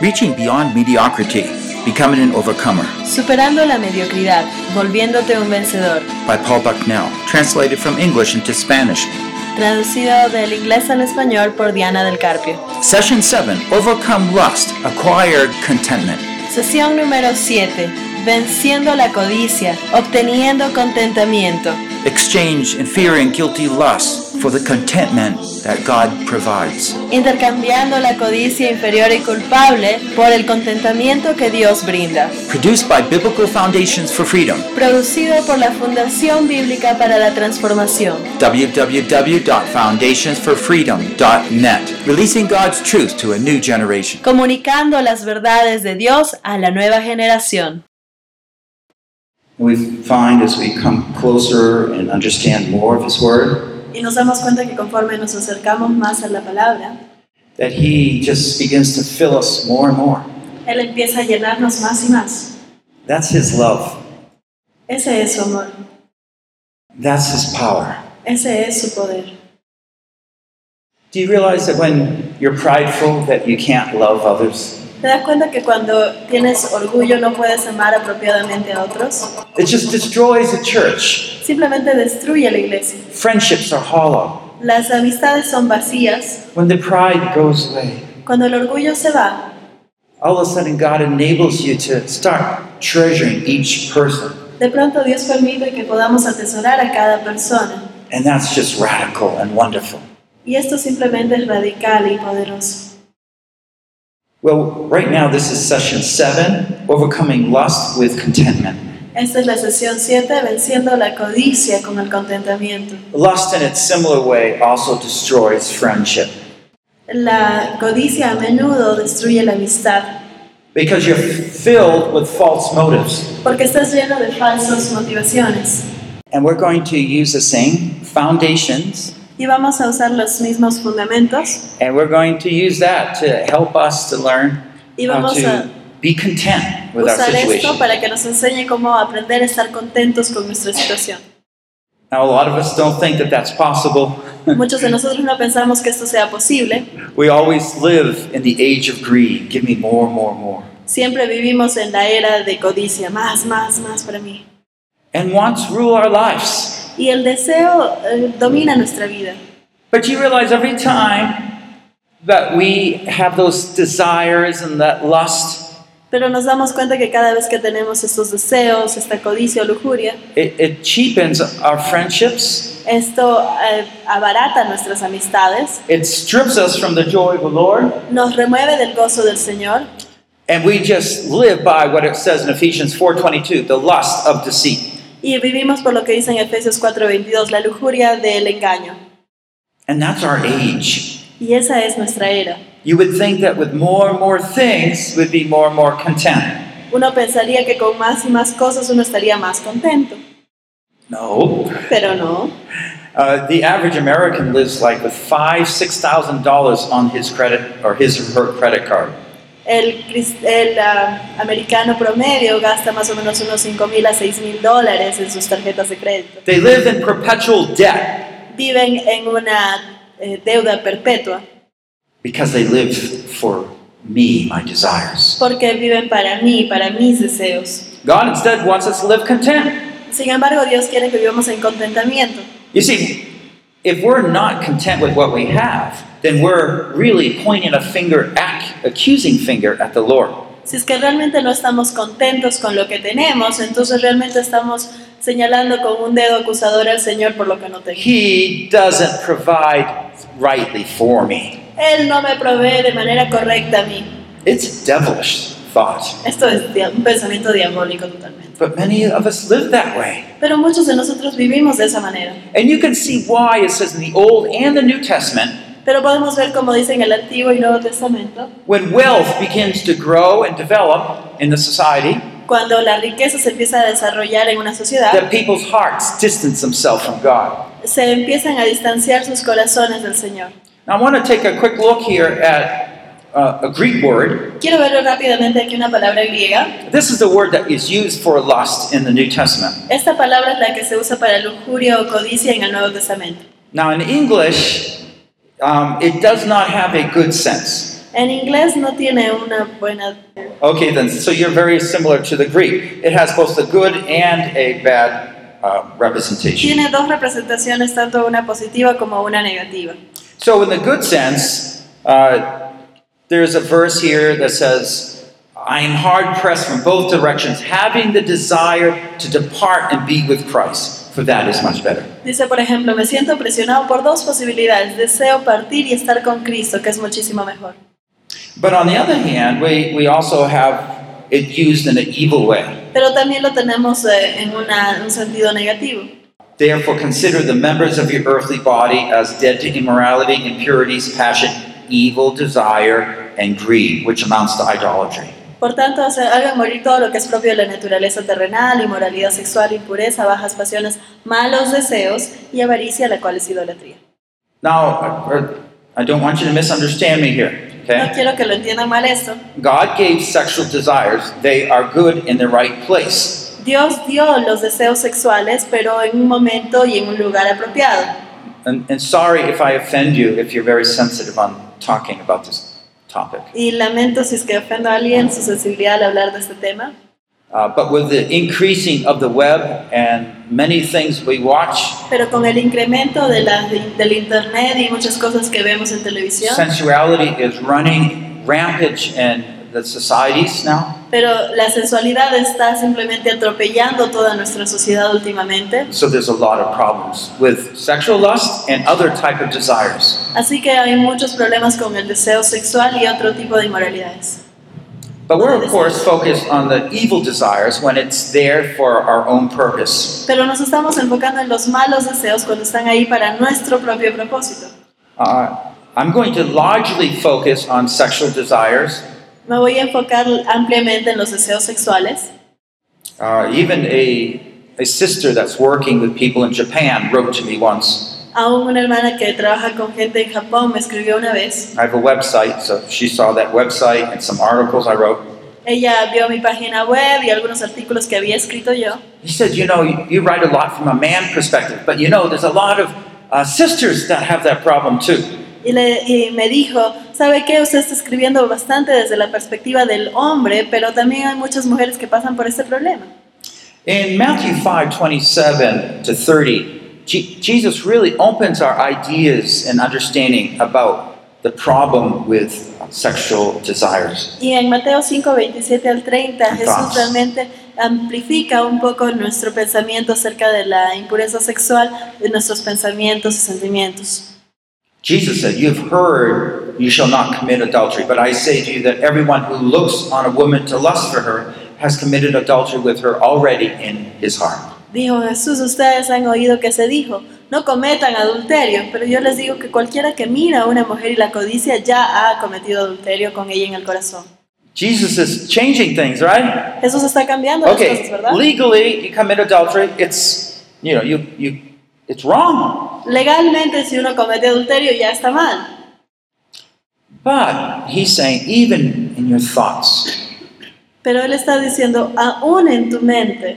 Reaching beyond mediocrity, becoming an overcomer Superando la mediocridad, volviéndote un vencedor. by Paul Bucknell, translated from English into Spanish. Traducido del inglés al español por Diana del Carpio. Session 7 Overcome Lust, Acquire Contentment. Sesión número 7. Venciendo la codicia, obteniendo contentamiento. Exchange inferior and guilty lust for the contentment that God provides. Intercambiando la codicia inferior y culpable por el contentamiento que Dios brinda. Produced by Biblical Foundations for Freedom, Producido por la Fundación Bíblica para la Transformación. www.foundationsforfreedom.net, releasing God's truth to a new generation. Comunicando las verdades de Dios a la nueva generación. We find as we come closer and understand more of His Word Y nos damos cuenta que conforme nos acercamos más a la palabra, that He just begins to fill us more and more. Él empieza a llenarnos más y más. That's His love, Ese es su amor, that's His power. ese es su poder. Do you realize that when you're prideful that you can't love others? ¿Te das cuenta que cuando tienes orgullo no puedes amar apropiadamente a otros? It just destroys a church. Simplemente destruye la iglesia. Friendships are hollow. Las amistades son vacías. When the pride goes away, Cuando el orgullo se va, all of a sudden God enables you to start treasuring each person. de pronto Dios permite que podamos atesorar a cada persona. And that's just radical and wonderful. Y esto simplemente es radical y poderoso. Well, right now, this is session seven overcoming lust with contentment. Esta es la sesión 7, venciendo la codicia con el contentamiento. Lust, in its similar way, also destroys friendship La codicia a menudo destruye la amistad because you're filled with false motives. porque estás lleno de falsas motivaciones. And we're going to use the same foundations, Y vamos a usar los mismos fundamentos and we're going to use that to help us to learn y how vamos to a be content with our usar esto situation. para que nos enseñe cómo aprender a estar contentos con nuestra situación. Now, a lot of us don't think that that's possible. Muchos de nosotros no pensamos que esto sea posible. We always live in the age of greed. Give me more, more, more. Siempre vivimos en la era de codicia, más, más, más para mí. And wants rule our lives. Y el deseo eh, domina nuestra vida. But you realize every time that we have those desires and that lust, Pero nos damos cuenta que cada vez que tenemos estos deseos, esta codicia o lujuria, it, it cheapens our friendships. esto eh, abarata nuestras amistades, It strips us from the joy of the Lord. nos remueve del gozo del Señor And we just live by what it says in Ephesians 4.22, the lust of deceit. y vivimos por lo que dice en Efesios 4:22, la lujuria del engaño. And that's our age. Y esa es nuestra era. You would think that with more and more things, we'd be more and more content. Uno pensaría que con más y más cosas uno estaría más contento, No. pero no. Uh, the average American lives like with five, six thousand dollars on his credit or his or her credit card. El, cris- el, ah, americano promedio gasta más o menos unos 5 mil a 6 mil dólares en sus tarjetas de crédito. They live in perpetual debt Viven en una eh, deuda perpetua because they live for me, my desires. porque viven para mí, para mis deseos. God instead wants us to live content. Sin embargo, Dios quiere que vivamos en contentamiento. You see, if we're not content with what we have, then we're really pointing a finger, ac- accusing finger at the Lord. Si es que realmente no estamos contentos con lo que tenemos, entonces realmente estamos señalando con un dedo acusador al Señor por lo que no tengo. He doesn't provide rightly for me. Él no me provee de manera correcta a mí. It's a devilish thought. Esto es dia- un pensamiento diabólico totalmente. But many of us live that way. Pero muchos de nosotros vivimos de esa manera. And you can see why it says in the Old and the New Testament Pero podemos ver, como dice en el Antiguo y Nuevo Testamento, when wealth begins to grow and develop in the society, cuando la riqueza se empieza a desarrollar en una sociedad, that people's hearts distance themselves from God. se empiezan a distanciar sus corazones del Señor. Now, I want to take a quick look here at uh, a Greek word. Quiero ver rápidamente aquí una palabra griega. This is the word that is used for lust in the New Testament. Esta palabra es la que se usa para lujuria o codicia en el Nuevo Testamento. Now, in English, um, it does not have a good sense. En inglés no tiene una buena... Okay, then, so you're very similar to the Greek. It has both a good and a bad uh, representation. Tiene dos representaciones, tanto una positiva como una negativa. So, in the good sense, uh, there's a verse here that says, I am hard pressed from both directions, having the desire to depart and be with Christ, for that is much better. Dice, por ejemplo, me siento presionado por dos posibilidades. Deseo partir y estar con Cristo, que es muchísimo mejor. But on the other hand, we, we also have it used in an evil way. Pero también lo tenemos eh, en una- un sentido negativo. Therefore, consider the members of your earthly body as dead to immorality, impurities, passion, evil desire, and greed, which amounts to idolatry. Por tanto, hace- hagan morir todo lo que es propio de la naturaleza terrenal, inmoralidad sexual, impureza, bajas pasiones, malos deseos y avaricia, la cual es idolatría. Now, uh, I don't want you to misunderstand me here, No okay? quiero que lo entiendan mal esto. God gave sexual desires, they are good in the right place. Dios dio los deseos sexuales, pero en un momento y en un lugar apropiado. And, and sorry if I offend you if you're very sensitive on talking about this topic. Y lamento si es que ofendo a alguien su sensibilidad al hablar de este tema. Uh, but with the increasing of the web and many things we watch, Pero con el incremento de la- del internet y muchas cosas que vemos en televisión, sensuality is running rampage in the societies now. pero la sensualidad está simplemente atropellando toda nuestra sociedad últimamente. So there's a lot of problems with sexual lust and other type of desires. Así que hay muchos problemas con el deseo sexual y otro tipo de inmoralidades. But we're of course focused on the evil desires when it's there for our own purpose. Pero nos estamos enfocando en los malos deseos cuando están ahí para nuestro propio propósito. Uh, I'm going to largely focus on sexual desires, Me voy a enfocar ampliamente en los deseos sexuales. uh, even a a sister that's working with people in Japan wrote to me once. Aún una hermana que trabaja con gente en Japón me escribió una vez. I have a website, so she saw that website and some articles I wrote. Ella vio mi página web y algunos artículos que había escrito yo. She said, You know, you, you write a lot from a man perspective, but you know, there's a lot of uh, sisters that have that problem too. Y, le- y me dijo, ¿sabe qué? Usted está escribiendo bastante desde la perspectiva del hombre, pero también hay muchas mujeres que pasan por este problema. In Matthew 5 27 to 30, Je- Jesus really opens our ideas and understanding about the problem with sexual desires. Y en Mateo 5, 27 al 30, Jesús Entonces. realmente amplifica un poco nuestro pensamiento acerca de la impureza sexual, de nuestros pensamientos y sentimientos. Jesus said, You've heard you shall not commit adultery, but I say to you that everyone who looks on a woman to lust for her has committed adultery with her already in his heart. Dijo Jesús, ustedes han oído que se dijo, no cometan adulterio, pero yo les digo que cualquiera que mira a una mujer y la codicia ya ha cometido adulterio con ella en el corazón. Jesus is changing things, right? Jesús está cambiando las cosas, Okay, ¿verdad? legally you commit adultery, it's you know, you you it's wrong. Legalmente si uno comete adulterio ya está mal, But he's saying even in your thoughts. pero él está diciendo, aún en tu mente,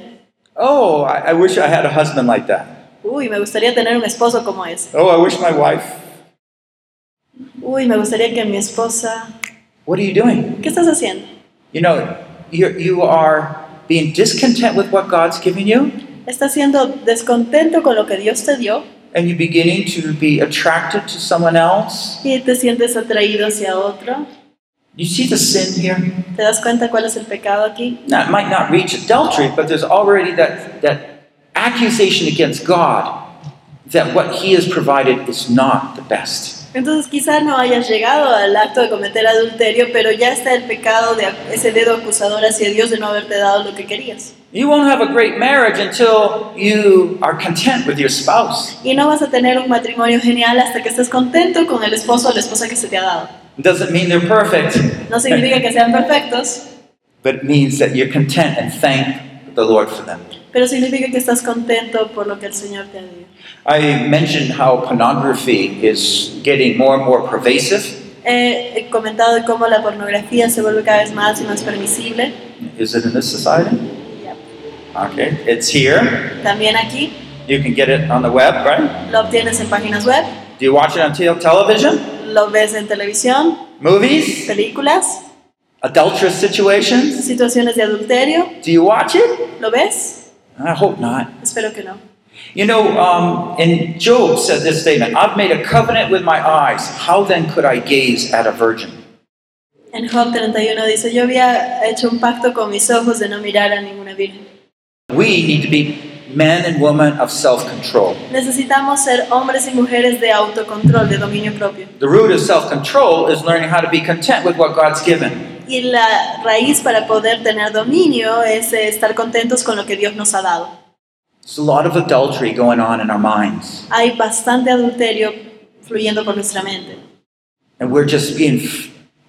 Oh, I, I wish I had a husband like that. Uy, me gustaría tener un esposo como ese. Oh, I wish my wife. Uy, me gustaría que mi esposa... What are you doing? ¿Qué estás haciendo? You know, you you are being discontent with what God's given you. ¿Estás siendo descontento con lo que Dios te dio and you're beginning to be attracted to someone else. y te sientes atraído hacia otro? You see the sin here? ¿Te das cuenta cuál es el pecado aquí? Now, it might not reach adultery, but there's already that, that accusation against God that what He has provided is not the best. Entonces quizá no hayas llegado al acto de cometer adulterio, pero ya está el pecado de ese dedo acusador hacia Dios de no haberte dado lo que querías. You won't have a great marriage until you are content with your spouse. Y no vas a tener un matrimonio genial hasta que estés contento con el esposo o la esposa que se te ha dado. It doesn't mean they're perfect, No significa que sean perfectos, but it means that you're content and thank the Lord for them. pero significa que estás contento por lo que el Señor te ha dado. I mentioned how pornography is getting more and more pervasive. He he comentado de cómo la pornografía se vuelve cada vez más y más permisible. Is it in this society? Okay, it's here. También aquí You can get it on the web, right? lo obtienes en páginas web, Do you watch it on te- television? lo ves en televisión, Movies? películas, Adulterous situations? situaciones de adulterio. Do you watch it? ¿Lo ves? I hope not. Espero que no. You know, um, and Job said this statement I've made a covenant with my eyes. How then could I gaze at a virgin? En Job 31 dice, yo había hecho un pacto con mis ojos de no mirar a ninguna virgen. We need to be men and women of self control. Necesitamos ser hombres y mujeres de autocontrol, de dominio propio. The root of self control is learning how to be content with what God's given. Y la raíz para poder tener dominio es eh, estar contentos con lo que Dios nos ha dado. There's a lot of adultery going on in our minds, Hay bastante adulterio fluyendo por nuestra mente. and we're just being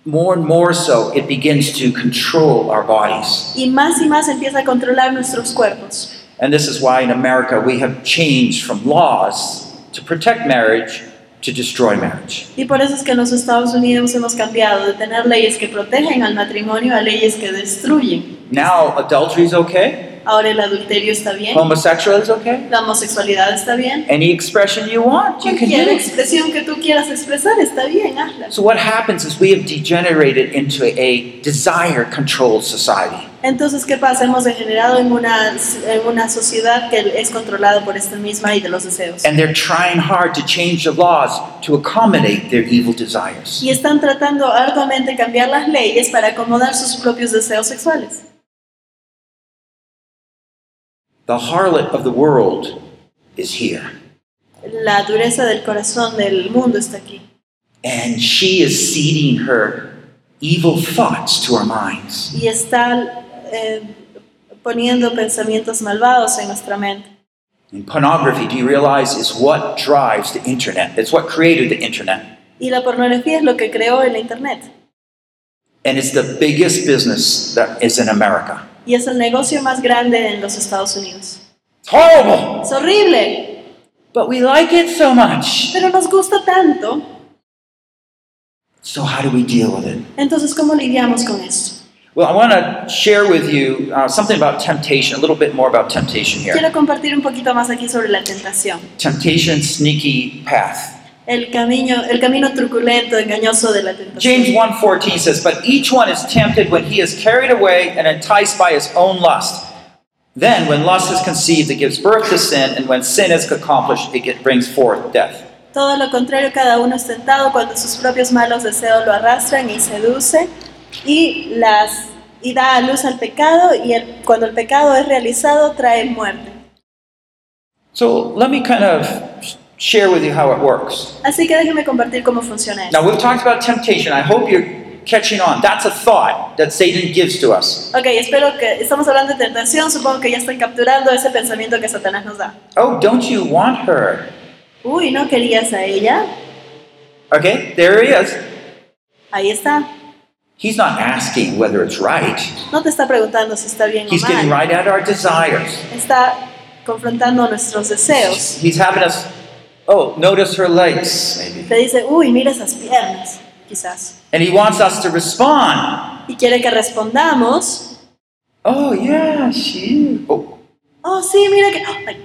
more and more so, it begins to control our bodies. Y más y más empieza a controlar nuestros cuerpos. And this is why in America we have changed from laws to protect marriage to destroy marriage. Y por eso es que en los Estados Unidos hemos cambiado de tener leyes que protegen al matrimonio a leyes que destruyen. Now, adultery is okay, Ahora el adulterio está bien, homosexuality is okay, la homosexualidad está bien, any expression you want, you can do cualquier it. expresión que tú quieras expresar está bien, hazla. So what happens is we have degenerated into a desire-controlled society. Entonces, ¿qué pasa? Hemos degenerado en una, en una sociedad que es controlada por esta misma y de los deseos. And they're trying hard to change the laws to accommodate their evil desires. Y están tratando arduamente cambiar las leyes para acomodar sus propios deseos sexuales. The harlot of the world is here. La dureza del corazón del mundo está aquí. And she is seeding her evil thoughts to our minds. Y está eh, poniendo pensamientos malvados en nuestra mente. And pornography, do you realize, is what drives the internet. It's what created the internet. Y la pornografía es lo que creó el Internet. And it's the biggest business that is in America. Y es el negocio más grande en los Estados Unidos. It's horrible, Es horrible, but we like it so much. pero nos gusta tanto. So, how do we deal with it? Entonces, ¿cómo lidiamos con esto? Well, I want to share with you uh, something about temptation, a little bit more about temptation here. Quiero compartir un poquito más aquí sobre la tentación. Temptation, sneaky path. El camino, el camino truculento, engañoso de la James tentación. 1.14 says, But each one is tempted when he is carried away and enticed by his own lust. Then, when lust is conceived, it gives birth to sin, and when sin is accomplished, it get- brings forth death. Todo lo contrario, cada uno es tentado cuando sus propios malos deseos lo arrastran y seduce y, las, y da a luz al pecado y el- cuando el pecado es realizado trae muerte. So, let me kind of share with you how it works. Así que déjeme compartir cómo funciona esto. Now, we've talked about temptation. I hope you're catching on. That's a thought that Satan gives to us. Ok, espero que estamos hablando de tentación, supongo que ya están capturando ese pensamiento que Satanás nos da. Oh, don't you want her? Uy, ¿no querías a ella? Okay, there he is. Ahí está. He's not asking whether it's right. No te está preguntando si está bien o He's getting mal. right at our desires. Está confrontando nuestros deseos. He's having us, oh, notice her legs, maybe. Te dice, uy, mira esas piernas, quizás. And he wants us to respond. Y quiere que respondamos, Oh, yeah, she. Oh. oh, sí, mira que... oh, ay.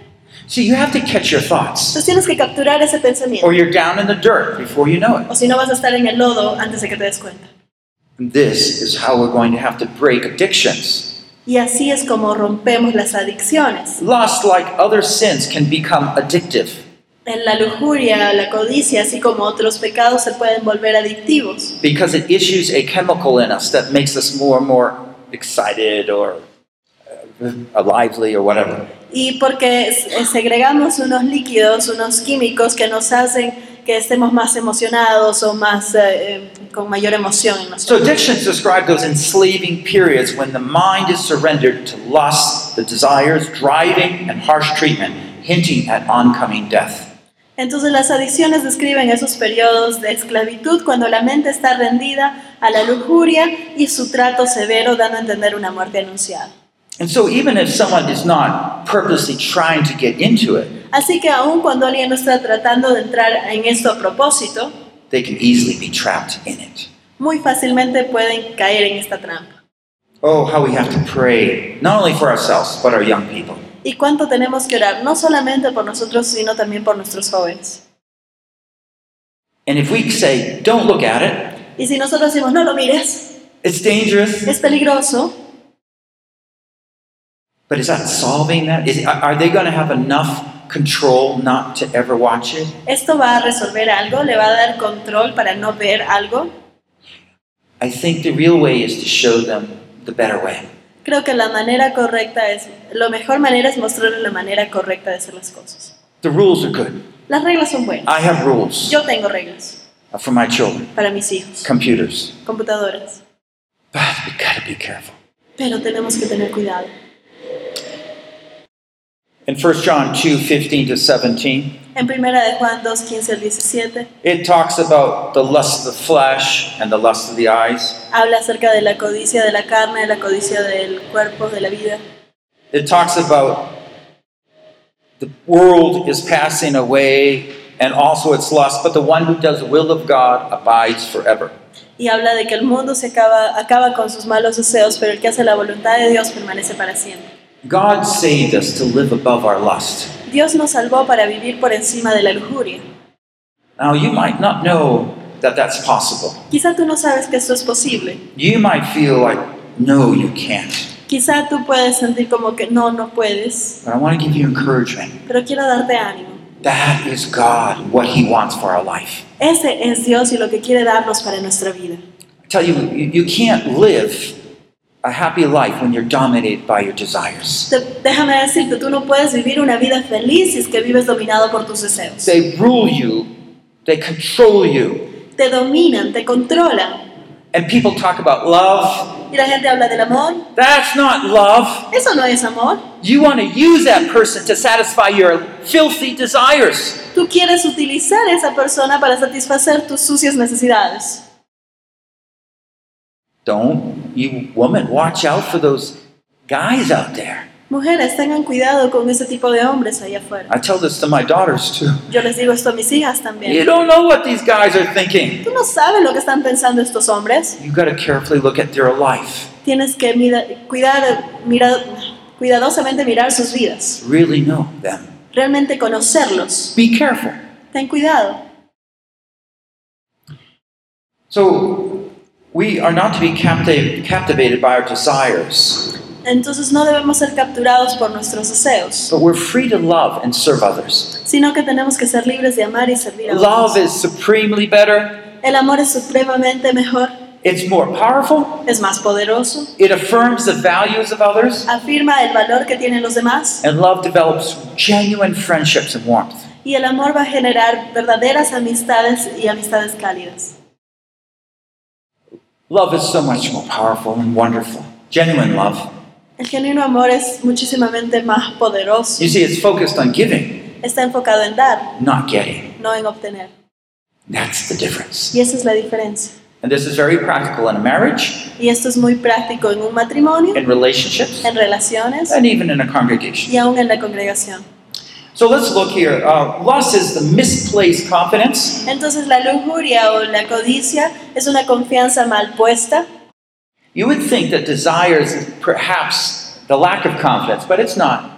So you have to catch your thoughts, Entonces tienes que capturar ese pensamiento. or you're down in the dirt before you know it. O si no vas a estar en el lodo antes de que te des cuenta. And this is how we're going to have to break addictions. Y así es como rompemos las adicciones. Lust, like other sins, can become addictive En la lujuria, la codicia, así como otros pecados, se pueden volver adictivos. because it issues a chemical in us that makes us more and more excited or uh, lively or whatever. Y porque es- eh, segregamos unos líquidos, unos químicos que nos hacen que estemos más emocionados o más eh, eh, con mayor emoción en So nosotros. addictions describe those enslaving periods when the mind is surrendered to lust, the desires, driving, and harsh treatment, hinting at oncoming death. Entonces las adicciones describen esos periodos de esclavitud cuando la mente está rendida a la lujuria y su trato severo dando a entender una muerte anunciada. And so even if someone is not purposely trying to get into it, Así que aun cuando alguien no está tratando de entrar en esto a propósito, they can easily be trapped in it. muy fácilmente pueden caer en esta trampa. Oh, how we have to pray, not only for ourselves, but our young people. ¿Y cuánto tenemos que orar? No solamente por nosotros, sino también por nuestros jóvenes. And if we say, don't look at it, Y si nosotros decimos, no lo mires, It's dangerous, es peligroso, but is that solving that? Is, are are they going to have enough control not to ever watch it? esto va a resolver algo, le va a dar control para no ver algo. I think the real way is to show them the better way. Creo que la manera correcta es, la mejor manera es mostrarles la manera correcta de hacer las cosas. The rules are good. Las reglas son buenas. I have rules uh, Yo tengo reglas for my children, para mis hijos, computers, computadoras, but we got to be careful. pero tenemos que tener cuidado. In 1 John 2 15 to 17, En primera de Juan 2, 15 al 17, it talks about the lust of the flesh and the lust of the eyes. habla acerca de la codicia de la carne, de la codicia del cuerpo, de la vida. It talks about the world is passing away and also its lust, but the one who does the will of God abides forever. Y habla de que el mundo se acaba, acaba con sus malos deseos, pero el que hace la voluntad de Dios permanece para siempre. God saved us to live above our lust. Dios nos salvó para vivir por encima de la lujuria. Now, you might not know that that's possible. Quizá tú no sabes que esto es posible. You might feel like, no, you can't. Quizá tú puedes sentir como que no, no puedes, But I want to give you encouragement. pero quiero darte ánimo. That is God, what He wants for our life. Ese es Dios y lo que quiere darnos para nuestra vida. I tell you, you, you can't live a happy life when you're dominated by your desires. Te- déjame decirte, tú no puedes vivir una vida feliz si es que vives dominado por tus deseos. They rule you, they control you. Te dominan, te controlan. And people talk about love. Y la gente habla del amor. That's not love. Eso no es amor. You want to use that person to satisfy your filthy desires. Tú quieres utilizar a esa persona para satisfacer tus sucias necesidades. Don't you, woman, watch out for those guys out there. Mujeres, tengan cuidado con ese tipo de hombres allá afuera. I tell this to my daughters too. Yo les digo esto a mis hijas también. You don't know what these guys are thinking. Tú no sabes lo que están pensando estos hombres. You got to carefully look at their life. Tienes que mira- cuidar, mira- cuidadosamente mirar sus vidas. really know them. Realmente conocerlos. Be careful. Ten cuidado. So, we are not to be capti- captivated by our desires, Entonces no debemos ser capturados por nuestros deseos, but we're free to love and serve others. sino que tenemos que ser libres de amar y servir a Love otros. is supremely better, El amor es supremamente mejor, it's more powerful, es más poderoso, it affirms the values of others, afirma el valor que tienen los demás and love develops genuine friendships and warmth. y el amor va a generar verdaderas amistades y amistades cálidas. Love is so much more powerful and wonderful. Genuine love. El genuino amor es muchísimamente más poderoso. You see, it's focused on giving, Está enfocado en dar, not getting. no en obtener. That's the difference. Y esa es la diferencia. And this is very practical in a marriage, Y esto es muy práctico en un matrimonio, in relationships, en relaciones and even in a congregation. y aún en la congregación. So let's look here. Uh, lust is the misplaced confidence. Entonces la lujuria o la codicia es una confianza mal puesta. You would think that desires is perhaps the lack of confidence, but it's not.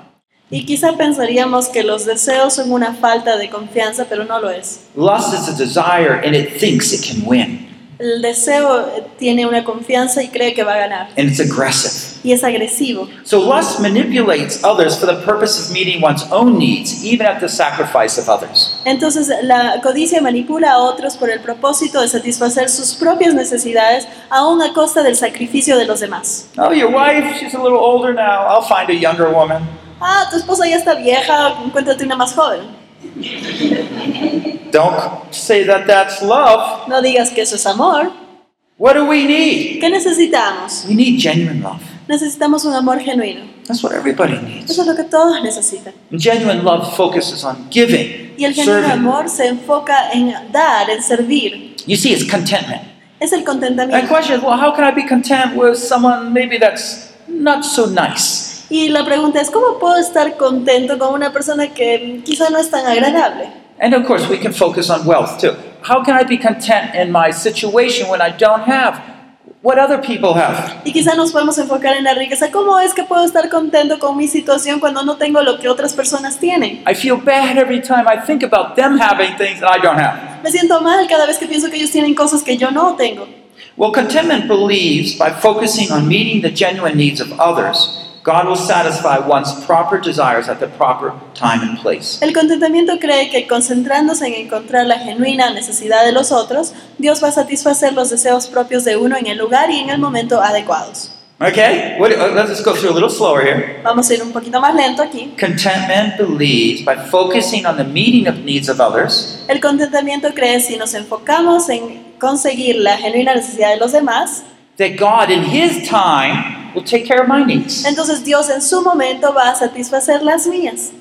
Y quizá pensaríamos que los deseos son una falta de confianza, pero no lo es. Lust is a desire and it thinks it can win, El deseo eh, tiene una confianza y cree que va a ganar. and it's aggressive. Y es agresivo. So lust manipulates others for the purpose of meeting one's own needs, even at the sacrifice of others. Entonces la codicia manipula a otros por el propósito de satisfacer sus propias necesidades, aún a costa del sacrificio de los demás. Oh, your wife, she's a little older now. I'll find a younger woman. Ah, tu esposa ya está vieja, encuéntrate una más joven. Don't say that that's love. No digas que eso es amor. What do we need? ¿Qué necesitamos? We need genuine love. Necesitamos un amor genuino. That's what everybody needs. Eso es lo que todos necesitan. Genuine love focuses on giving, Y el genuino serving. amor se enfoca en dar, en servir. You see, it's contentment. Es el And the contentamiento. question is, well, how can I be content with someone maybe that's not so nice? Y la pregunta es, ¿cómo puedo estar contento con una persona que quizá no es tan agradable? And of course, we can focus on wealth too. How can I be content in my situation when I don't have what other people have. Y quizá nos podemos enfocar en la riqueza. ¿Cómo es que puedo estar contento con mi situación cuando no tengo lo que otras personas tienen? I feel bad every time I think about them having things that I don't have. Me siento mal cada vez que pienso que ellos tienen cosas que yo no tengo. Well, contentment believes by focusing on meeting the genuine needs of others, God will satisfy one's proper desires at the proper time and place. El contentamiento cree que concentrándose en encontrar la genuina necesidad de los otros, Dios va a satisfacer los deseos propios de uno en el lugar y en el momento adecuados. Okay? What, uh, let's just go through a little slower here. Vamos a ir un poquito más lento aquí. Contentment believes by focusing on the meeting of needs of others, El contentamiento cree si nos enfocamos en conseguir la genuina necesidad de los demás, that God in His time will take care of my needs. entonces Dios en su momento va a satisfacer las mías.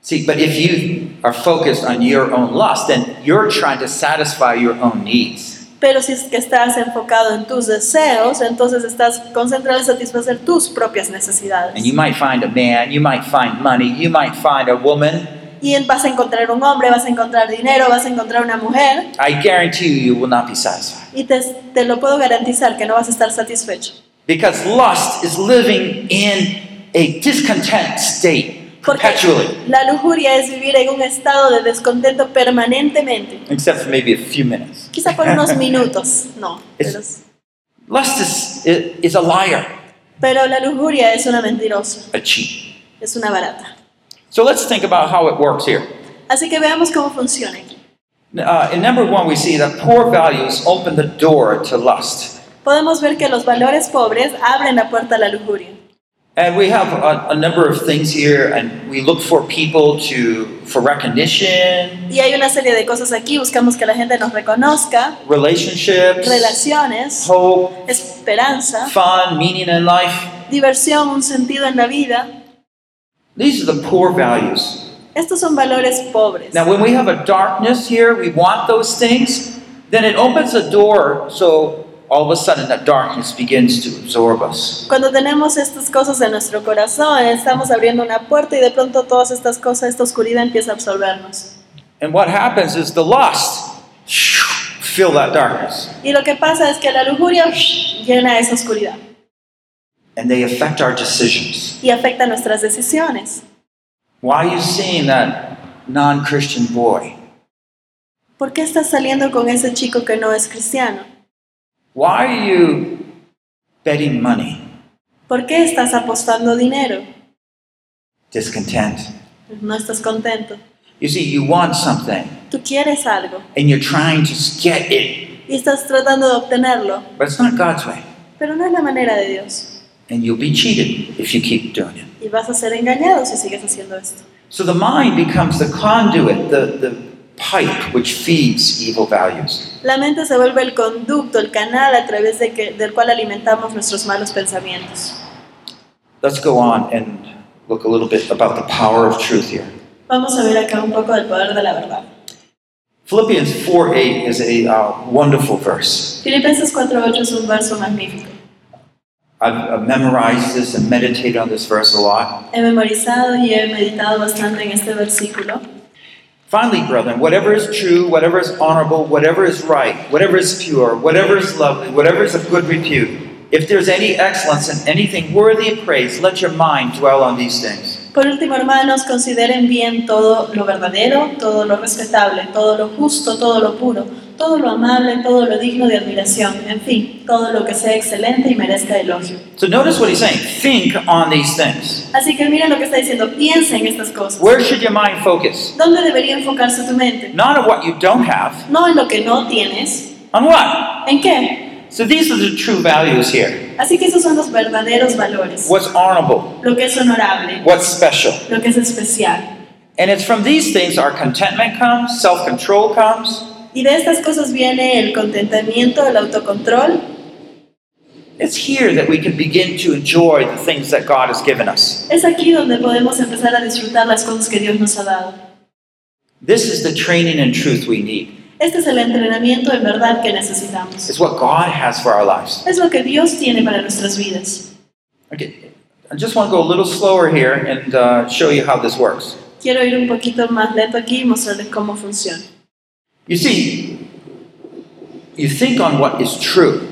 See, but if you are focused on your own lust, then you're trying to satisfy your own needs. Pero si es que estás enfocado en tus deseos, entonces estás concentrado en satisfacer tus propias And necesidades. you might find a man, you might find money, you might find a woman. Y en- vas a encontrar un hombre, vas a encontrar dinero, vas a encontrar una mujer I guarantee you, you will not be satisfied. y te, te lo puedo garantizar que no vas a estar satisfecho. Because lust is living in a discontent state Porque perpetually, la lujuria es vivir en un estado de descontento permanentemente. except for maybe a few minutes. Quizá por unos minutos, no. Es- Pero, Lust is, i- is a liar, pero la lujuria es una mentirosa, a cheat. es una barata. So let's think about how it works here. Así que veamos cómo funciona aquí. Uh, in number one, we see that poor values open the door to lust. Podemos ver que los valores pobres abren la puerta a la lujuria. And we have a, a number of things here, and we look for people to for recognition, Y hay una serie de cosas aquí, buscamos que la gente nos reconozca, relationships, relaciones, hope, esperanza, fun, meaning in life. diversión, un sentido en la vida. These are the poor values. Estos son valores pobres. Now, when we have a darkness here, we want those things. Then it opens the door, so all of a sudden that darkness begins to absorb us. Cuando tenemos estas cosas en nuestro corazón, estamos abriendo una puerta y de pronto todas estas cosas, esta oscuridad empieza a absorbernos. And what happens is the lust fill that darkness, Y lo que pasa es que la lujuria ush, llena esa oscuridad and they affect our decisions. y afecta nuestras decisiones. Why are you seeing that non Christian boy? ¿Por qué estás saliendo con ese chico que no es cristiano? Why are you betting money? ¿Por qué estás apostando dinero? Discontent. No estás contento. You see, you want something Tú quieres algo and you're trying to get it, y estás tratando de obtenerlo, but it's not God's way. pero no es la manera de Dios. And you'll be cheated if you keep doing it. Y vas a ser engañado si sigues haciendo esto. So the mind becomes the conduit, the, the pipe which feeds evil values. La mente se vuelve el conducto, el canal a través de que, del cual alimentamos nuestros malos pensamientos. Let's go on and look a little bit about the power of truth here. Vamos a ver acá un poco del poder de la verdad. Philippians 4 8 is a uh, wonderful verse. Filipenses 4.8 es un verso magnífico. I've, I've memorized this and meditated on this verse a lot. He memorizado y he meditado bastante en este versículo. Finally, brethren, whatever is true, whatever is honorable, whatever is right, whatever is pure, whatever is lovely, whatever is of good repute, if there's any excellence and anything worthy of praise, let your mind dwell on these things. Por último, hermanos, consideren bien todo lo verdadero, todo lo respetable, todo lo justo, todo lo puro, todo lo amable, todo lo digno de admiración, en fin, todo lo que sea excelente y merezca elogio. So notice what he's saying. Think on these things. Así que miren lo que está diciendo, piensa en estas cosas. Where should your mind focus? ¿Dónde debería enfocarse tu mente? Not on what you don't have, No en lo que no tienes. on what? ¿En qué? So these are the true values here. Así que esos son los verdaderos valores. What's honorable? Lo que es honorable, What's special? lo que es especial. And it's from these things our contentment comes, self control comes. Y de estas cosas viene el contentamiento, el autocontrol, It's here that we can begin to enjoy the things that God has given us. Es aquí donde podemos empezar a disfrutar las cosas que Dios nos ha dado. This is the training and truth we need. Este es el entrenamiento en verdad que necesitamos. It's what God has for our lives. Es lo que Dios tiene para nuestras vidas. Okay, I just want to go a little slower here and uh, show you how this works. Quiero ir un poquito más lento aquí y mostrarles cómo funciona. You see, you think on what is true.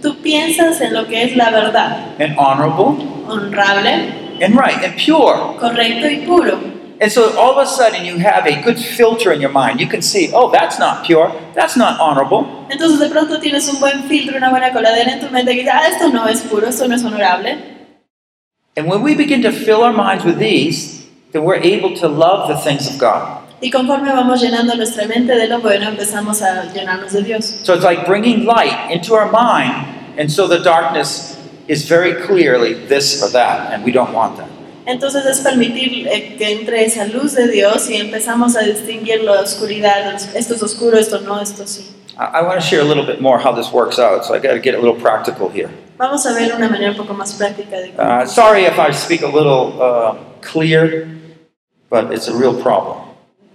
tú piensas en lo que es la verdad, and honorable honrable, and right and pure. correcto y puro. And so all of a sudden you have a good filter in your mind. You can see, oh, that's not pure, that's not honorable, Entonces de pronto tienes un buen filtro, una buena coladera en tu mente que dice, ah, esto no es puro, esto no es honorable. And when we begin to fill our minds with these, then we're able to love the things of God. Y conforme vamos llenando nuestra mente de lo bueno, empezamos a llenarnos de Dios. So it's like bringing light into our mind, and so the darkness is very clearly this or that, and we don't want that. Entonces es permitir eh, que entre esa luz de Dios y empezamos a distinguir la oscuridad, los- esto es oscuro, esto no, esto sí. I, I want to share a little bit more how this works out, so I got to get a little practical here. Vamos a ver una manera un poco más práctica de cómo. Uh, sorry if I speak a little uh, clear, but it's a real problem.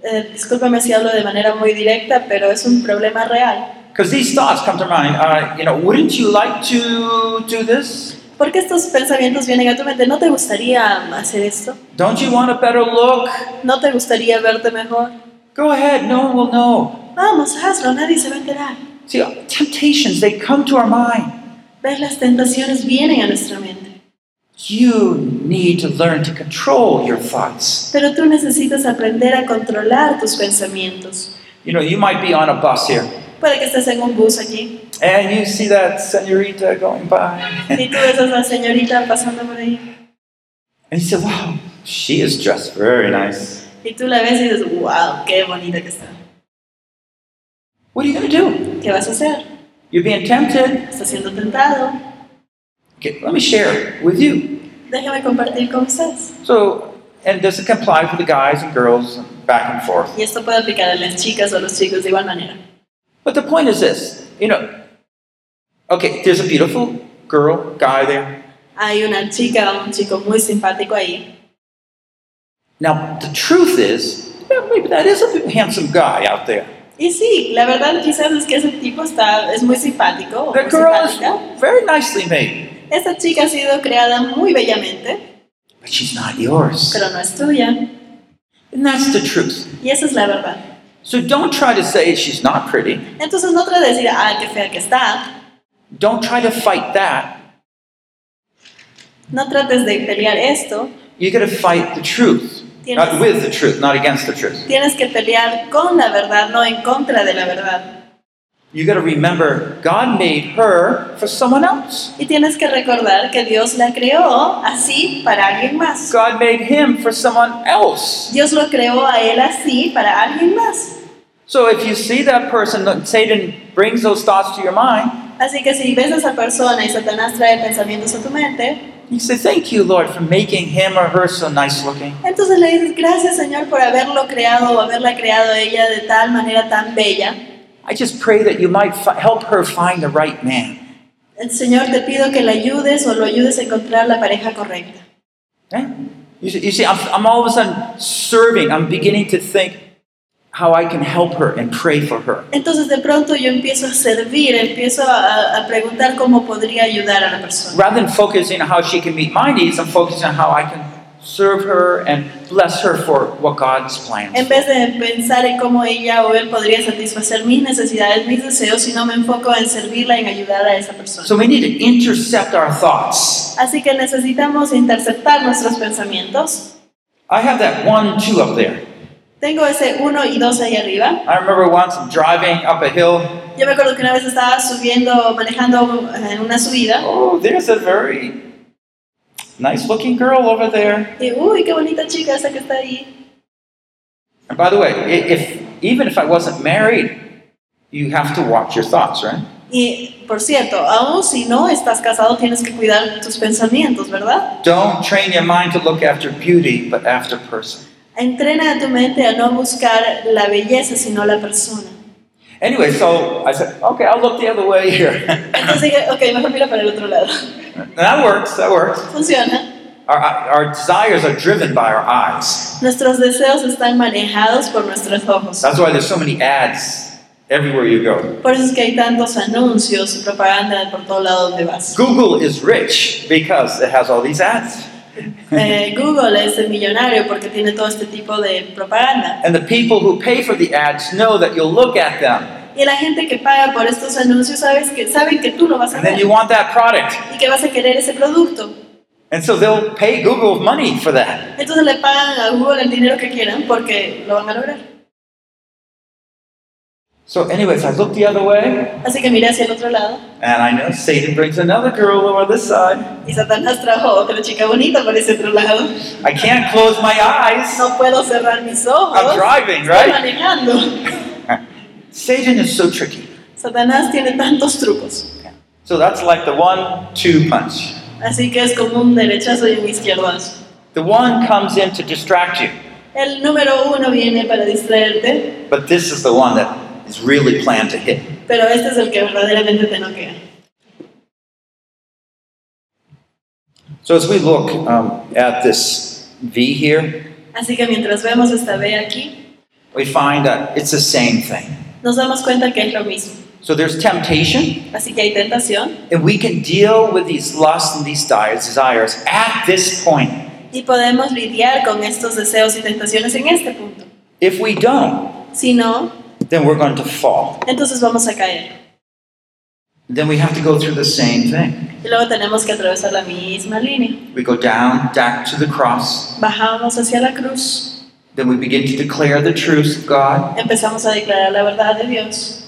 Eh, discúlpame si hablo de manera muy directa, pero es un problema real. Because these thoughts come to mind. Uh, you know, wouldn't you like to do this? ¿Por qué estos pensamientos vienen a tu mente? ¿No te gustaría hacer esto? Don't you want a better look? ¿No te gustaría verte mejor? Go ahead, no one will know. Vamos, hazlo, nadie se va a enterar. See, temptations, they come to our mind. ¿Ves? Las tentaciones vienen a nuestra mente. You need to learn to control your thoughts. Pero tú necesitas aprender a controlar tus pensamientos. You know, you might be on a bus here, Puede que estés en un bus aquí and you see that senorita going by. y tú ves a esa señorita pasando por ahí And you say, wow, she is dressed very nice. y tú la ves y dices, wow, qué bonita que está. What are you going to do? ¿Qué vas a hacer? You're being tempted. Estás siendo tentado. Okay, let me share with you. Déjame compartir con ustedes. So, and this can apply for the guys and girls, back and forth. Y esto puede aplicar a las chicas o a los chicos de igual manera. But the point is this you know, okay, there's a beautiful girl, guy there. Hay una chica o un chico muy simpático ahí. Now, the truth is, yeah, maybe that is a handsome guy out there. Y sí, la verdad quizás es que ese tipo está, es muy simpático o The muy girl simpática. is very nicely made, Esta chica ha sido creada muy bellamente, but she's not yours. pero no es tuya. And that's the truth. Y esa es la verdad. So don't try to say she's not pretty. Entonces no trate de decir, ah, qué fea que está. Don't try to fight that. No trates de pelear esto. You gotta fight the truth. Not with the truth, not against the truth. Tienes que pelear con la verdad, no en contra de la verdad. You gotta remember God made her for someone else. Y tienes que recordar que Dios la creó así para alguien más. God made him for someone else. Dios lo creó a él así para alguien más. So if you see that person, that Satan brings those thoughts to your mind, Así que si ves a esa persona y Satanás trae pensamientos a tu mente, you say, Thank you, Lord, for making him or her so nice looking. entonces le dices, gracias Señor por haberlo creado o haberla creado a ella de tal manera tan bella. I just pray that you might fi- help her find the right man. El Señor te pido que la ayudes o lo ayudes a encontrar la pareja correcta. Eh? You see, you see I'm, I'm all of a sudden serving. I'm beginning to think how I can help her and pray for her. Entonces de pronto yo empiezo a servir, empiezo a, a preguntar cómo podría ayudar a la persona. Rather than focusing on how she can meet my needs, I'm focusing on how I can serve her and bless her for what God's En plans. vez de pensar en cómo ella o él podría satisfacer mis necesidades, mis deseos, sino me enfoco en servirla, en ayudar a esa persona. So we need to intercept our thoughts. Así que necesitamos interceptar nuestros pensamientos. I have that one, two up there. Tengo ese 1 y 2 ahí arriba. I remember once driving up a hill. Yo me acuerdo que una vez estaba subiendo, manejando eh, en una subida. Oh, there's a very nice looking girl over there. Y, uy, qué bonita chica esa que está ahí. And by the way, i- if even if I wasn't married, you have to watch your thoughts, right? Y, por cierto, aún si no estás casado, tienes que cuidar tus pensamientos, ¿verdad? Don't train your mind to look after beauty, but after person. Entrena a tu mente a no buscar la belleza, sino la persona. Anyway, so I said, okay, I'll look the other way here. Entonces dije, ok, mejor mira para el otro lado. and that works, that works. Funciona. Our, our desires are driven by our eyes. Nuestros deseos están manejados por nuestros ojos. That's why there's so many ads everywhere you go. Por eso es que hay tantos anuncios y propaganda por todo lado donde vas. Google is rich because it has all these ads. Eh, Google es el millonario porque tiene todo este tipo de propaganda. And the people who pay for the ads know that you'll look at them Y la gente que paga por estos anuncios sabes que, saben que tú lo vas a And then ver you want that product. y que vas a querer ese producto. And so they'll pay Google money for that. Entonces le pagan a Google el dinero que quieran porque lo van a lograr. So, anyways, I look the other way, Así que miré hacia el otro lado and I know Satan brings another girl over this side. y Satanás trajo a otra chica bonita por ese otro lado. I can't close my eyes. No puedo cerrar mis ojos. I'm driving, Estoy right? manejando. Satan is so tricky. Satanás tiene tantos trucos. So that's like the one two punch. Así que es como un derechazo y un izquierdazo. The one comes in to distract you, El número uno viene para distraerte, but this is the one that is really planned to hit. pero este es el que verdaderamente te noquea. So as we look um, at this V here, Así que mientras vemos esta B aquí, we find that it's the same thing. nos damos cuenta que es lo mismo. So there's temptation, Así que hay tentación and we can deal with these lusts and these di- desires at this point. y podemos lidiar con estos deseos y tentaciones en este punto. If we don't, Si no, then we're going to fall. entonces vamos a caer. Then we have to go through the same thing. Y luego tenemos que atravesar la misma línea. We go down, back to the cross. Bajamos hacia la cruz, Then we begin to declare the truth of God. empezamos a declarar la verdad de Dios.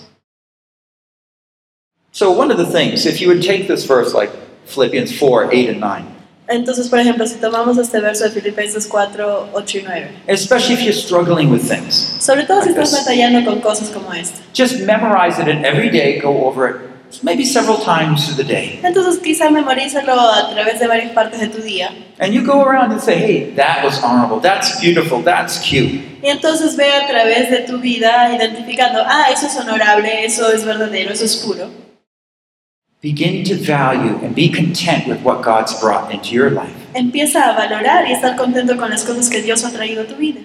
So one of the things, if you would take this verse like Philippians 4, 8 and 9, Entonces, por ejemplo, si tomamos este verso de Filipenses 4, 8 y 9, especially if you're struggling with things, sobre todo si estás Yes. batallando con cosas como este. esta. just memorize it and every day go over it, maybe several times through the day. Entonces quizás memorízalo a través de varias partes de tu día. And you go around and say, hey, that was honorable, that's beautiful, that's cute. Y entonces ve a través de tu vida identificando, ah, eso es honorable, eso es verdadero, eso es puro. Begin to value and be content with what God's brought into your life. Empieza a valorar y estar contento con las cosas que Dios ha traído a tu vida.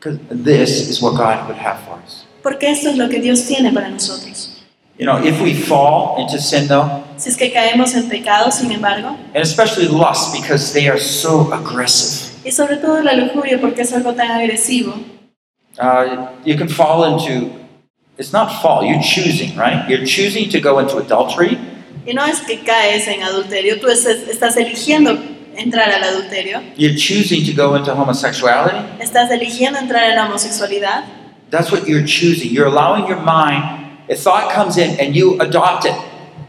Because this is what God would have for us. Porque esto es lo que Dios tiene para nosotros. You know, if we fall into sin though, Si es que caemos en pecado, sin embargo, and especially lust because they are so aggressive. y sobre todo la lujuria porque es algo tan agresivo, Uh, you can fall into it's not fall you're choosing right you're choosing to go into adultery y no es que caes en adulterio, tú es- estás eligiendo entrar al adulterio, you're choosing to go into homosexuality estás eligiendo entrar en la homosexualidad, that's what you're choosing you're allowing your mind a thought comes in and you adopt it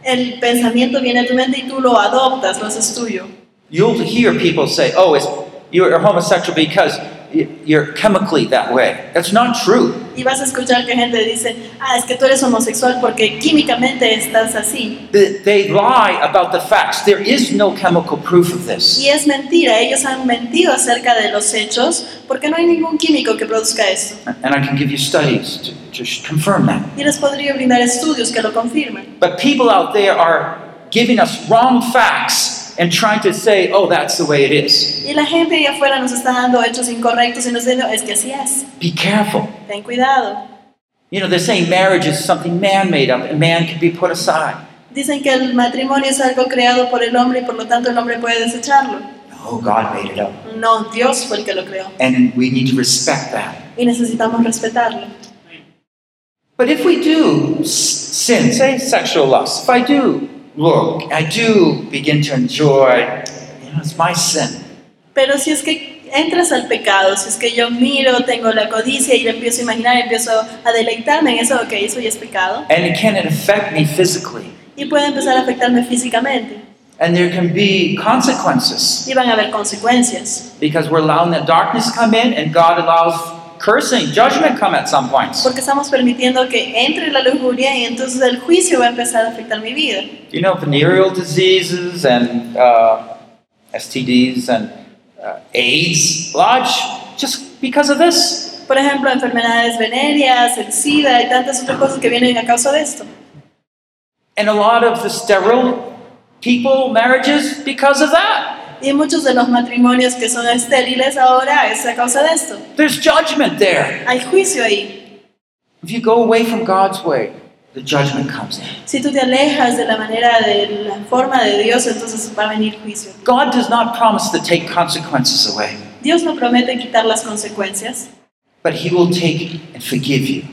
El pensamiento viene a tu mente y tú lo adoptas, lo haces tuyo. you'll hear people say oh it's you're homosexual because y- you're chemically that way that's not true Y vas a escuchar que gente dice, ah, es que tú eres homosexual porque químicamente estás así. They- they lie about the facts there is no chemical proof of this Y es mentira, ellos han mentido acerca de los hechos porque no hay ningún químico que produzca esto. and i can give you studies to, to sh- confirm that Y les podría brindar estudios que lo confirmen. But people out there are giving us wrong facts and trying to say, oh, that's the way it is. Y la gente ahí afuera nos está dando hechos incorrectos y nos diciendo, es que así es, Be careful. ten cuidado. You know, they're saying marriage is something man made up and man can be put aside. Dicen que el matrimonio es algo creado por el hombre y por lo tanto el hombre puede desecharlo. No, God made it up. No, Dios fue el que lo creó And we need to respect that. y necesitamos respetarlo. But if we do s- sin, say sexual lust, if I do look, I do begin to enjoy, you know, it's my sin. Pero si es que entras al pecado, si es que yo miro, tengo la codicia y lo empiezo a imaginar, empiezo a deleitarme en eso, ok, eso ya es pecado, And it can affect me physically. y puede empezar a afectarme físicamente, And there can be consequences. y van a haber consecuencias, Because we're allowing the darkness come in and God allows cursing, judgment come at some points. porque estamos permitiendo que entre la lujuria y entonces el juicio va a empezar a afectar mi vida. You know, venereal diseases and uh, STDs and uh, AIDS lodge just because of this. Por ejemplo, enfermedades venéreas, el SIDA y tantas otras cosas que vienen a causa de esto. And a lot of the sterile people, marriages, because of that. Y muchos de los matrimonios que son estériles ahora es a causa de esto. There's judgment there. Hay juicio ahí. If you go away from God's way, the judgment comes in. Si tú te alejas de la manera, de la forma de Dios, entonces va a venir juicio. God does not promise to take consequences away, Dios no promete quitar las consecuencias, but He will take and forgive you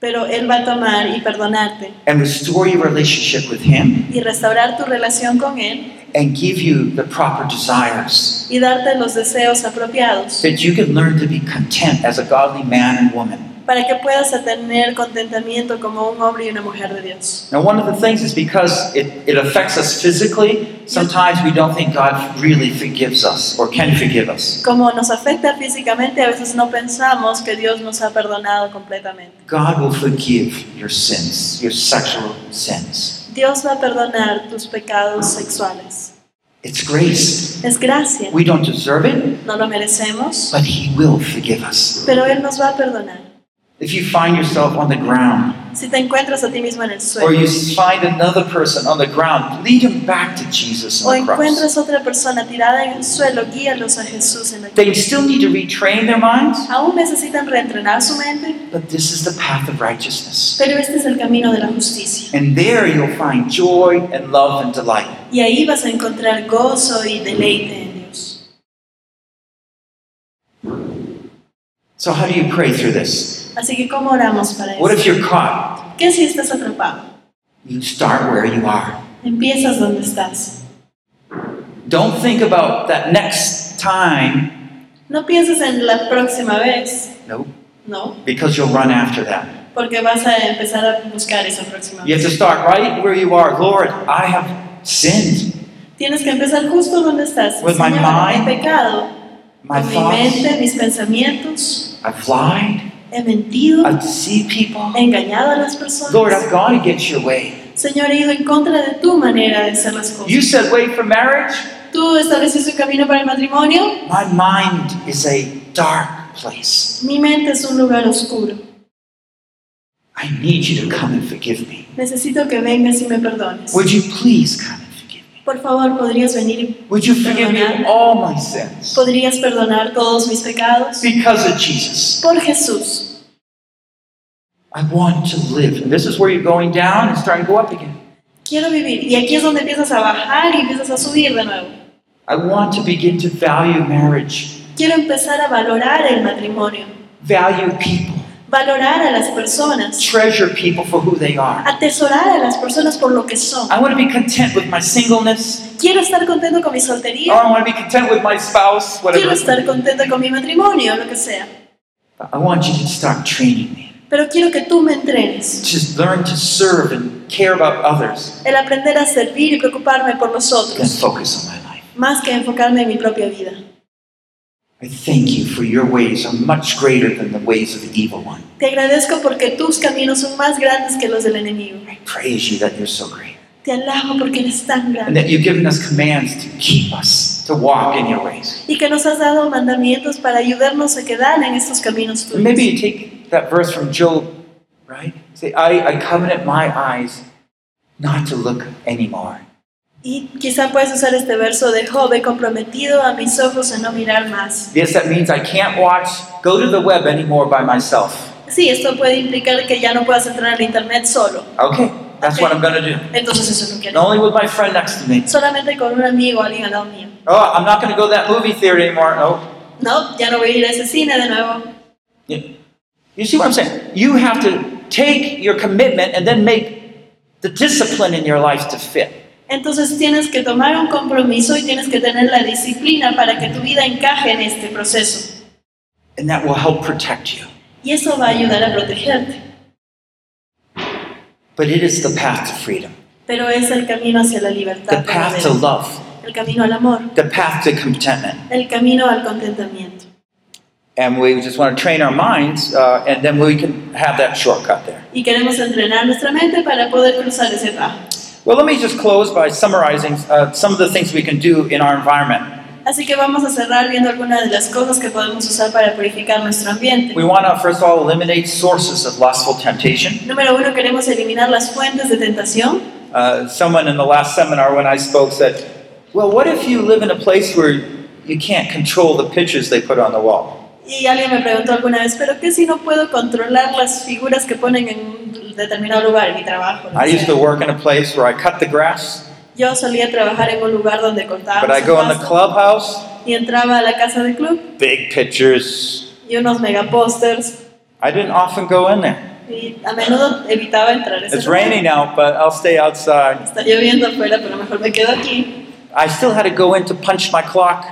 pero Él va a tomar y perdonarte and restore your relationship with Him y restaurar tu relación con Él and give you the proper desires y darte los deseos apropiados that you can learn to be content as a godly man and woman. para que puedas tener contentamiento como un hombre y una mujer de Dios. Now, one of the things is because it, it affects us physically, sometimes we don't think God really forgives us or can forgive us. Como nos afecta físicamente, a veces no pensamos que Dios nos ha perdonado completamente. God will forgive your sins, your sexual sins. Dios va a perdonar tus pecados sexuales. It's grace. Es gracia, We don't deserve it, no lo merecemos, but He will forgive us. pero Él nos va a perdonar. If you find yourself on the ground, Si te encuentras a ti mismo en el or suelo you find another person on the ground, lead him back to Jesus o on the cross. encuentras otra persona tirada en el suelo, guíalos a Jesús en la cruz. They still need to retrain their minds, Aún necesitan reentrenar su mente, but this is the path of righteousness. pero este es el camino de la justicia. And there you'll find joy and love and delight. Y ahí vas a encontrar gozo y deleite en Dios. So, how do you pray through this? Así que, ¿cómo oramos para What eso? if you're caught? ¿Qué si estás atrapado? You start where you are. Empiezas donde estás. Don't think about that next time. No pienses en la próxima vez, Nope, no, because you'll run after that. porque vas a empezar a buscar esa próxima You vez. have to start right where you are. Lord, I have sinned. Tienes que empezar justo donde estás. With Pues, my Señor, he mind, pecado. My con mi mente, thoughts, mis pensamientos, I've lied, he mentido, I've deceived people. he engañado a las personas. Lord, I've gone against your way. Señor, he ido en contra de tu manera de hacer las cosas. You said wait for marriage. Tú estableciste un camino para el matrimonio. My mind is a dark place. Mi mente es un lugar oscuro. I need you to come and forgive me. Necesito que vengas y me perdones. Would you please come and forgive me? Por favor, ¿podrías venir y Would you forgive me of all my sins? podrías perdonar todos mis pecados? Because of Jesus, Por Jesús. I want to live. And this is where you're going down and starting to go up again. Quiero vivir. Y aquí es donde empiezas a bajar y empiezas a subir de nuevo. I want to begin to value marriage, Quiero empezar a valorar el matrimonio, value people, valorar a las personas, treasure people for who they are. atesorar a las personas por lo que son. I want to be content with my singleness, Quiero estar contento con mi or soltería, I want to be content with my spouse, quiero whatever. estar contento con mi matrimonio, lo que sea. I want you to start training me. Pero quiero que tú me entrenes. to learn to serve and care about others El aprender a servir y preocuparme por los than otros, focus on my life. más que enfocarme en mi propia vida. I thank you for your ways are much greater than the ways of the evil one. Te agradezco porque tus caminos son más grandes que los del enemigo. I praise you that you're so great Te alabo porque eres tan and grande that you've given us commands to keep us, to walk in your ways. y que nos has dado mandamientos para ayudarnos a quedar en estos caminos And tuyos. maybe you take that verse from Job, right? Say, I, I covenant my eyes not to look anymore. Y quizá puedes usar este verso de Job, he comprometido a mis ojos a no mirar más. Yes, that means I can't watch, go to the web anymore by myself. Sí, esto puede implicar que ya no puedas entrar al internet solo. Okay, that's what I'm going to do. Entonces eso es lo que And haré. only with my friend next to me. Solamente con un amigo, alguien al lado mío. Oh, I'm not going to go to that movie theater anymore. Oh, No. No, ya no voy a ir a ese cine de nuevo. You you see what I'm saying? You have to take your commitment and then make the discipline in your life to fit. Entonces tienes que tomar un compromiso y tienes que tener la disciplina para que tu vida encaje en este proceso. And that will help protect you. Y eso va a ayudar a protegerte. But it is the path to freedom, Pero es el camino hacia la the libertad, path to verdadera, love, el camino al amor, the path to contentment. el camino al contentamiento. And we just want to train our minds, uh, and then we can have that shortcut there. Y queremos entrenar nuestra mente para poder cruzar ese bajo. Well, let me just close by summarizing uh, some of the things we can do in our environment. Así que vamos a cerrar viendo algunas de las cosas que podemos usar para purificar nuestro ambiente. We want to, first of all, eliminate sources of lustful temptation. Número uno, queremos eliminar las fuentes de tentación. Uh, someone in the last seminar when I spoke said, Well, what if you live in a place where you can't control the pictures they put on the wall? Y alguien me preguntó alguna vez, ¿pero qué si no puedo controlar las figuras que ponen en un determinado lugar, en mi trabajo? lo I que used sea? to work in a place where I cut the grass, Yo solía trabajar en un lugar donde cortábamos but I el go in the pasto clubhouse, y entraba a la casa del club big pictures. y unos megapósters. I didn't often go in there. Y a menudo evitaba entrar. a ese It's lugar. raining out, but I'll stay outside. Está lloviendo afuera, pero mejor me quedo aquí. I still had to go in to punch my clock.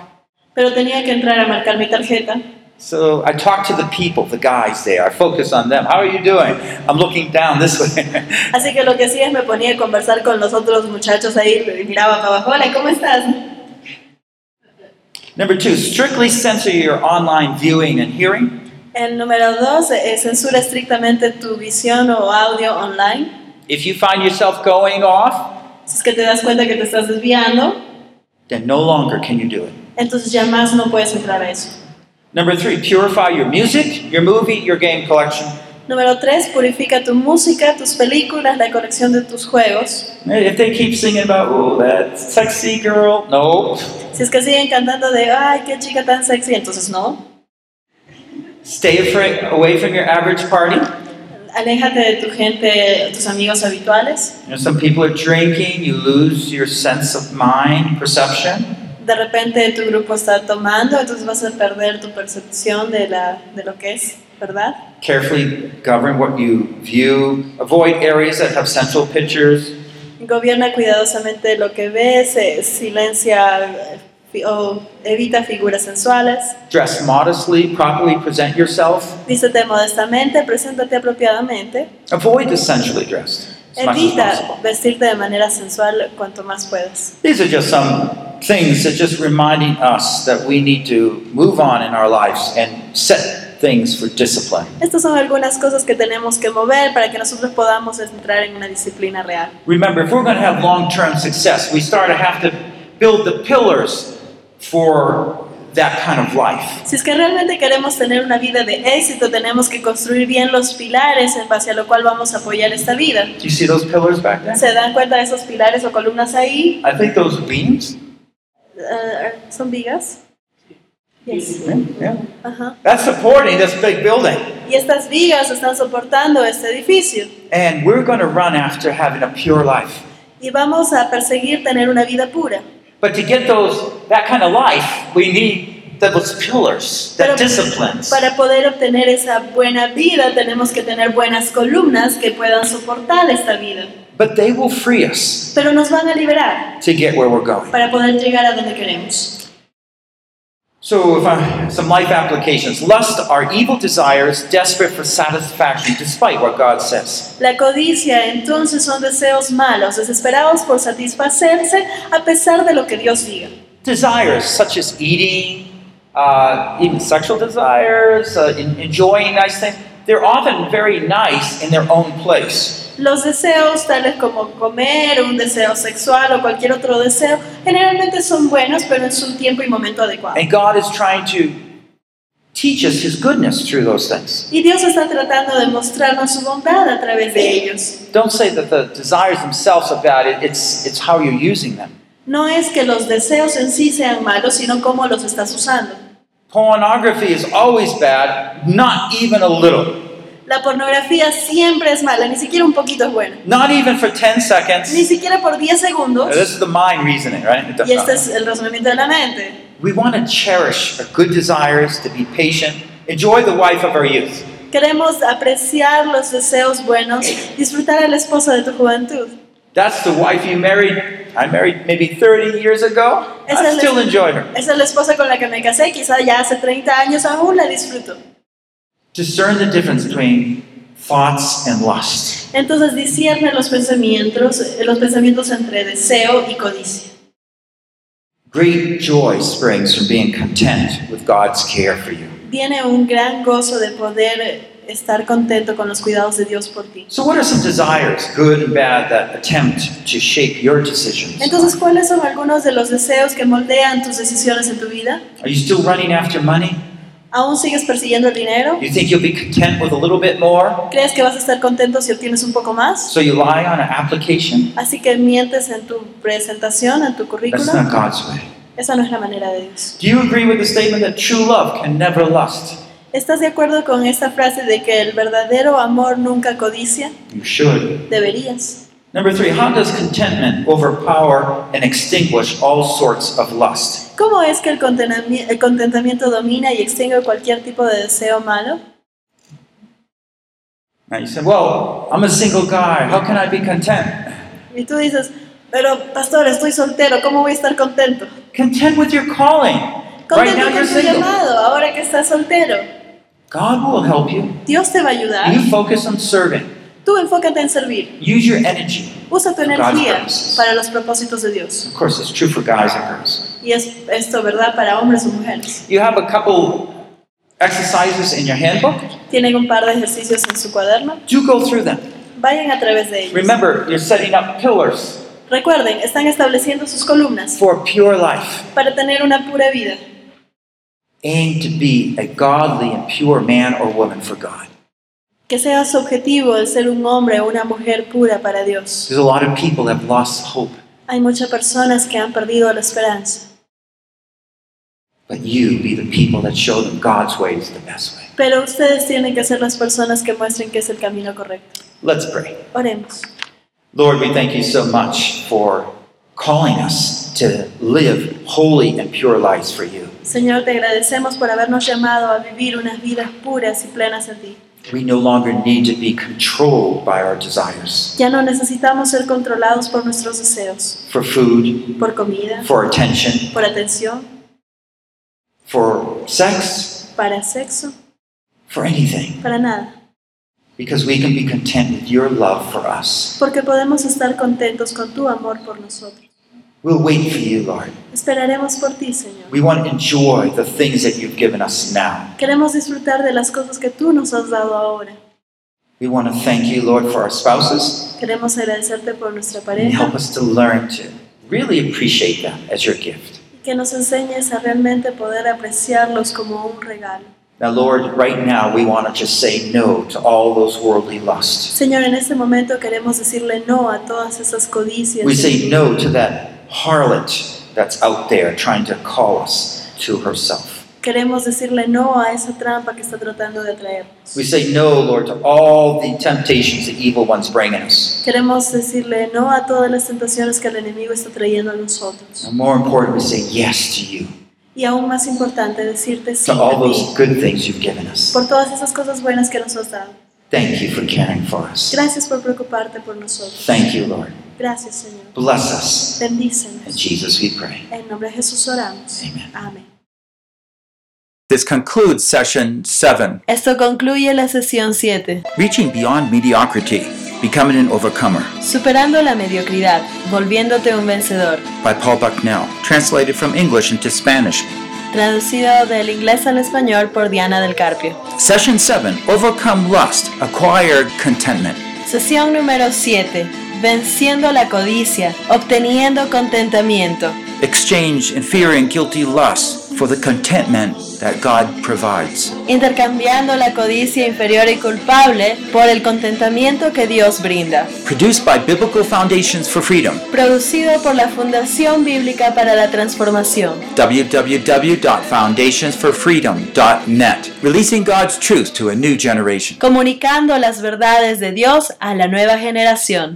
Pero tenía que entrar a marcar mi tarjeta. So I talked to the people, the guys there. I focus on them. How are you doing? I'm looking down this way. Así que lo que hacía es me ponía a conversar con los otros muchachos ahí, y miraba para abajo, hola, ¿cómo estás? Number two, strictly censor your online viewing and hearing. El número dos, eh, censura estrictamente tu visión o audio online. If you find yourself going off, Si es que te das cuenta que te estás desviando, then no longer can you do it. entonces ya más no puedes entrar a eso. Number three, purify your music, your movie, your game collection. Número tres, purifica tu música, tus películas, la colección de tus juegos. If they keep singing about, oh, that sexy girl, no. Si es que siguen cantando de, ay, qué chica tan sexy, entonces no. Stay fra- away from your average party. Aléjate de tu gente, tus amigos habituales. You know, some people are drinking, you lose your sense of mind, perception. De repente tu grupo está tomando, entonces vas a perder tu percepción de, la, de lo que es, ¿verdad? Carefully govern what you view. Avoid areas that have central pictures. Gobierna cuidadosamente lo que ves, eh, silencia eh, fi- o evita figuras sensuales. Dress modestly, properly present yourself. Vístete modestamente, preséntate apropiadamente. Avoid the sensually dressed as much as Evita possible. vestirte de manera sensual cuanto más puedas. These are just some things that just reminding us that we need to move on in our lives and set things for discipline. Estas son algunas cosas que tenemos que mover para que nosotros podamos entrar en una disciplina real. Remember, if we're going to have long term success, we start to have to build the pillars for that kind of life. Si es que realmente queremos tener una vida de éxito, tenemos que construir bien los pilares en base a lo cual vamos a apoyar esta vida. Do you see those pillars back there? ¿Se dan cuenta de esos pilares o columnas ahí? I think those beams. Eh, ¿Son vigas? Yes. Yeah, yeah. Ajá. That's supporting this big building. Y estas vigas están soportando este edificio. And we're going to run after having a pure life. Y vamos a perseguir tener una vida pura. But to get those that kind of life, we need those pillars, that Pero- disciplines. Para poder obtener esa buena vida tenemos que tener buenas columnas que puedan soportar esta vida. But they will free us Pero nos van a liberar to get where we're going. para poder llegar a donde queremos. So, if I, some life applications. Lust are evil desires desperate for satisfaction despite what God says. La codicia entonces son deseos malos, desesperados por satisfacerse a pesar de lo que Dios diga. Desires such as eating, uh, even sexual desires, uh, en- enjoying nice things, they're often very nice in their own place. Los deseos tales como comer, un deseo sexual o cualquier otro deseo, generalmente son buenos, pero en su tiempo y momento adecuado. And God is trying to teach us His goodness through those things. Y Dios está tratando de mostrarnos su bondad a través de ellos. Don't say that the desires themselves are bad, it, it's, it's how you're using them. No es que los deseos en sí sean malos, sino cómo los estás usando. Pornography is always bad, not even a little. La pornografía siempre es mala, ni siquiera un poquito es buena. Not even for 10 Ni seconds. siquiera por Now, This 10 segundos. is the mind reasoning, right? It does Y este not- es el razonamiento de la mente. We want to cherish our good desires, to be patient, enjoy the wife of our youth. Queremos apreciar los deseos buenos, disfrutar a la esposa de tu juventud. That's the wife you married. I married maybe 30 years ago. Esa I es la- still enjoy her. Esa es la esposa con la que me casé, quizá ya hace 30 años, aún la disfruto. Discern the difference between thoughts and lust. Entonces discierne los pensamientos, los pensamientos entre deseo y codicia. Great joy springs from being content with God's care for you. Viene un gran gozo de poder estar contento con los cuidados de Dios por ti. So, what are some desires, good and bad, that attempt to shape your decisions? Entonces, ¿cuáles son algunos de los deseos que moldean tus decisiones en tu vida? Are you still running after money? ¿Aún sigues persiguiendo el dinero? You think you'll be content with a little bit more? ¿Crees que vas a estar contento si obtienes un poco más? So you lie on an application? Así que mientes en tu presentación, en tu That's not currículum. God's way. Esa no es la manera de Dios. Do you agree with the statement that true love can never lust? ¿Estás de acuerdo con esta frase de que el verdadero amor nunca codicia? You should. Deberías. Number three, how does contentment overpower and extinguish all sorts of lust? ¿Cómo es que el contenami- el contentamiento domina y extingue cualquier tipo de deseo malo? Now you said, well, I'm a single guy. How can I be content? Y tú dices, pero pastor, estoy soltero, ¿cómo voy a estar contento? Content with your calling. Right Contento now you're con tu single. llamado, ahora que estás soltero. God will help you. Dios te va a ayudar. You focus on serving. Tú enfócate en servir. Use your energy. Usa tu God's energía purposes. para los propósitos de Dios. Of course, it's true for guys and girls. Y es esto, ¿verdad? Para hombres o mujeres. You have a couple exercises in your handbook. Tienen un par de ejercicios en su cuaderno. Do go through them. Vayan a través de ellos. Remember, you're setting up pillars Recuerden, están estableciendo sus columnas for a pure life. para tener una pura vida. Aim to be a godly and pure man or woman for God. Que sea su objetivo el ser un hombre o una mujer pura para Dios. There's a lot of people that have lost hope, Hay muchas personas que han perdido la esperanza, but you be the people that show them God's way is the best way. pero ustedes tienen que ser las personas que muestren que es el camino correcto. Let's pray. Oremos. Lord, we thank you so much for calling us to live holy and pure lives for you. Señor, te agradecemos por habernos llamado a vivir unas vidas puras y plenas en ti. We no longer need to be controlled by our desires Ya no necesitamos ser controlados por nuestros deseos, for food, por comida, for attention, por atención, for sex, para sexo, for anything, para nada, because we can be content with your love for us. porque podemos estar contentos con tu amor por nosotros. We'll wait for you, Lord. Esperaremos por ti, Señor. We want to enjoy the things that you've given us now. Queremos disfrutar de las cosas que tú nos has dado ahora. We want to thank you, Lord, for our spouses Queremos agradecerte por nuestra and pareja help us to learn to really appreciate them as your gift. y que nos enseñes a realmente poder apreciarlos como un regalo. Now, Lord, right now we want to just say no to all those worldly lusts. Señor, en este momento queremos decirle no a todas esas codicias. We say no to that harlot that's out there trying to call us to herself. Queremos decirle no a esa trampa que está tratando de atraernos. We say no, Lord, to all the temptations the evil one's bringing us. Queremos decirle no a todas las tentaciones que el enemigo está trayendo a nosotros. And more important, we say yes to you, Y aún más importante, decirte to sí all a those ti good things you've given us. por todas esas cosas buenas que nos has dado. Thank you for caring for us. Gracias por preocuparte por nosotros. Thank you, Lord. Gracias, Señor. Bless us. In Bendícenos. Jesus we pray. En nombre de Jesús oramos. Amen. Amén. This concludes session 7 Esto concluye la sesión 7, Reaching Beyond Mediocrity Becoming an Overcomer Superando la mediocridad, volviéndote un vencedor, by Paul Bucknell, translated from English into Spanish. traducido del inglés al español por Diana del Carpio. Session 7 Overcome Lust, Acquire Contentment. Sesión número 7, venciendo la codicia, obteniendo contentamiento, Exchange inferior and guilty lust for the contentment that God provides. intercambiando la codicia inferior y culpable por el contentamiento que Dios brinda. Produced by Biblical Foundations for Freedom, Producido por la Fundación Bíblica para la Transformación. www.foundationsforfreedom.net, releasing God's truth to a new generation. comunicando las verdades de Dios a la nueva generación.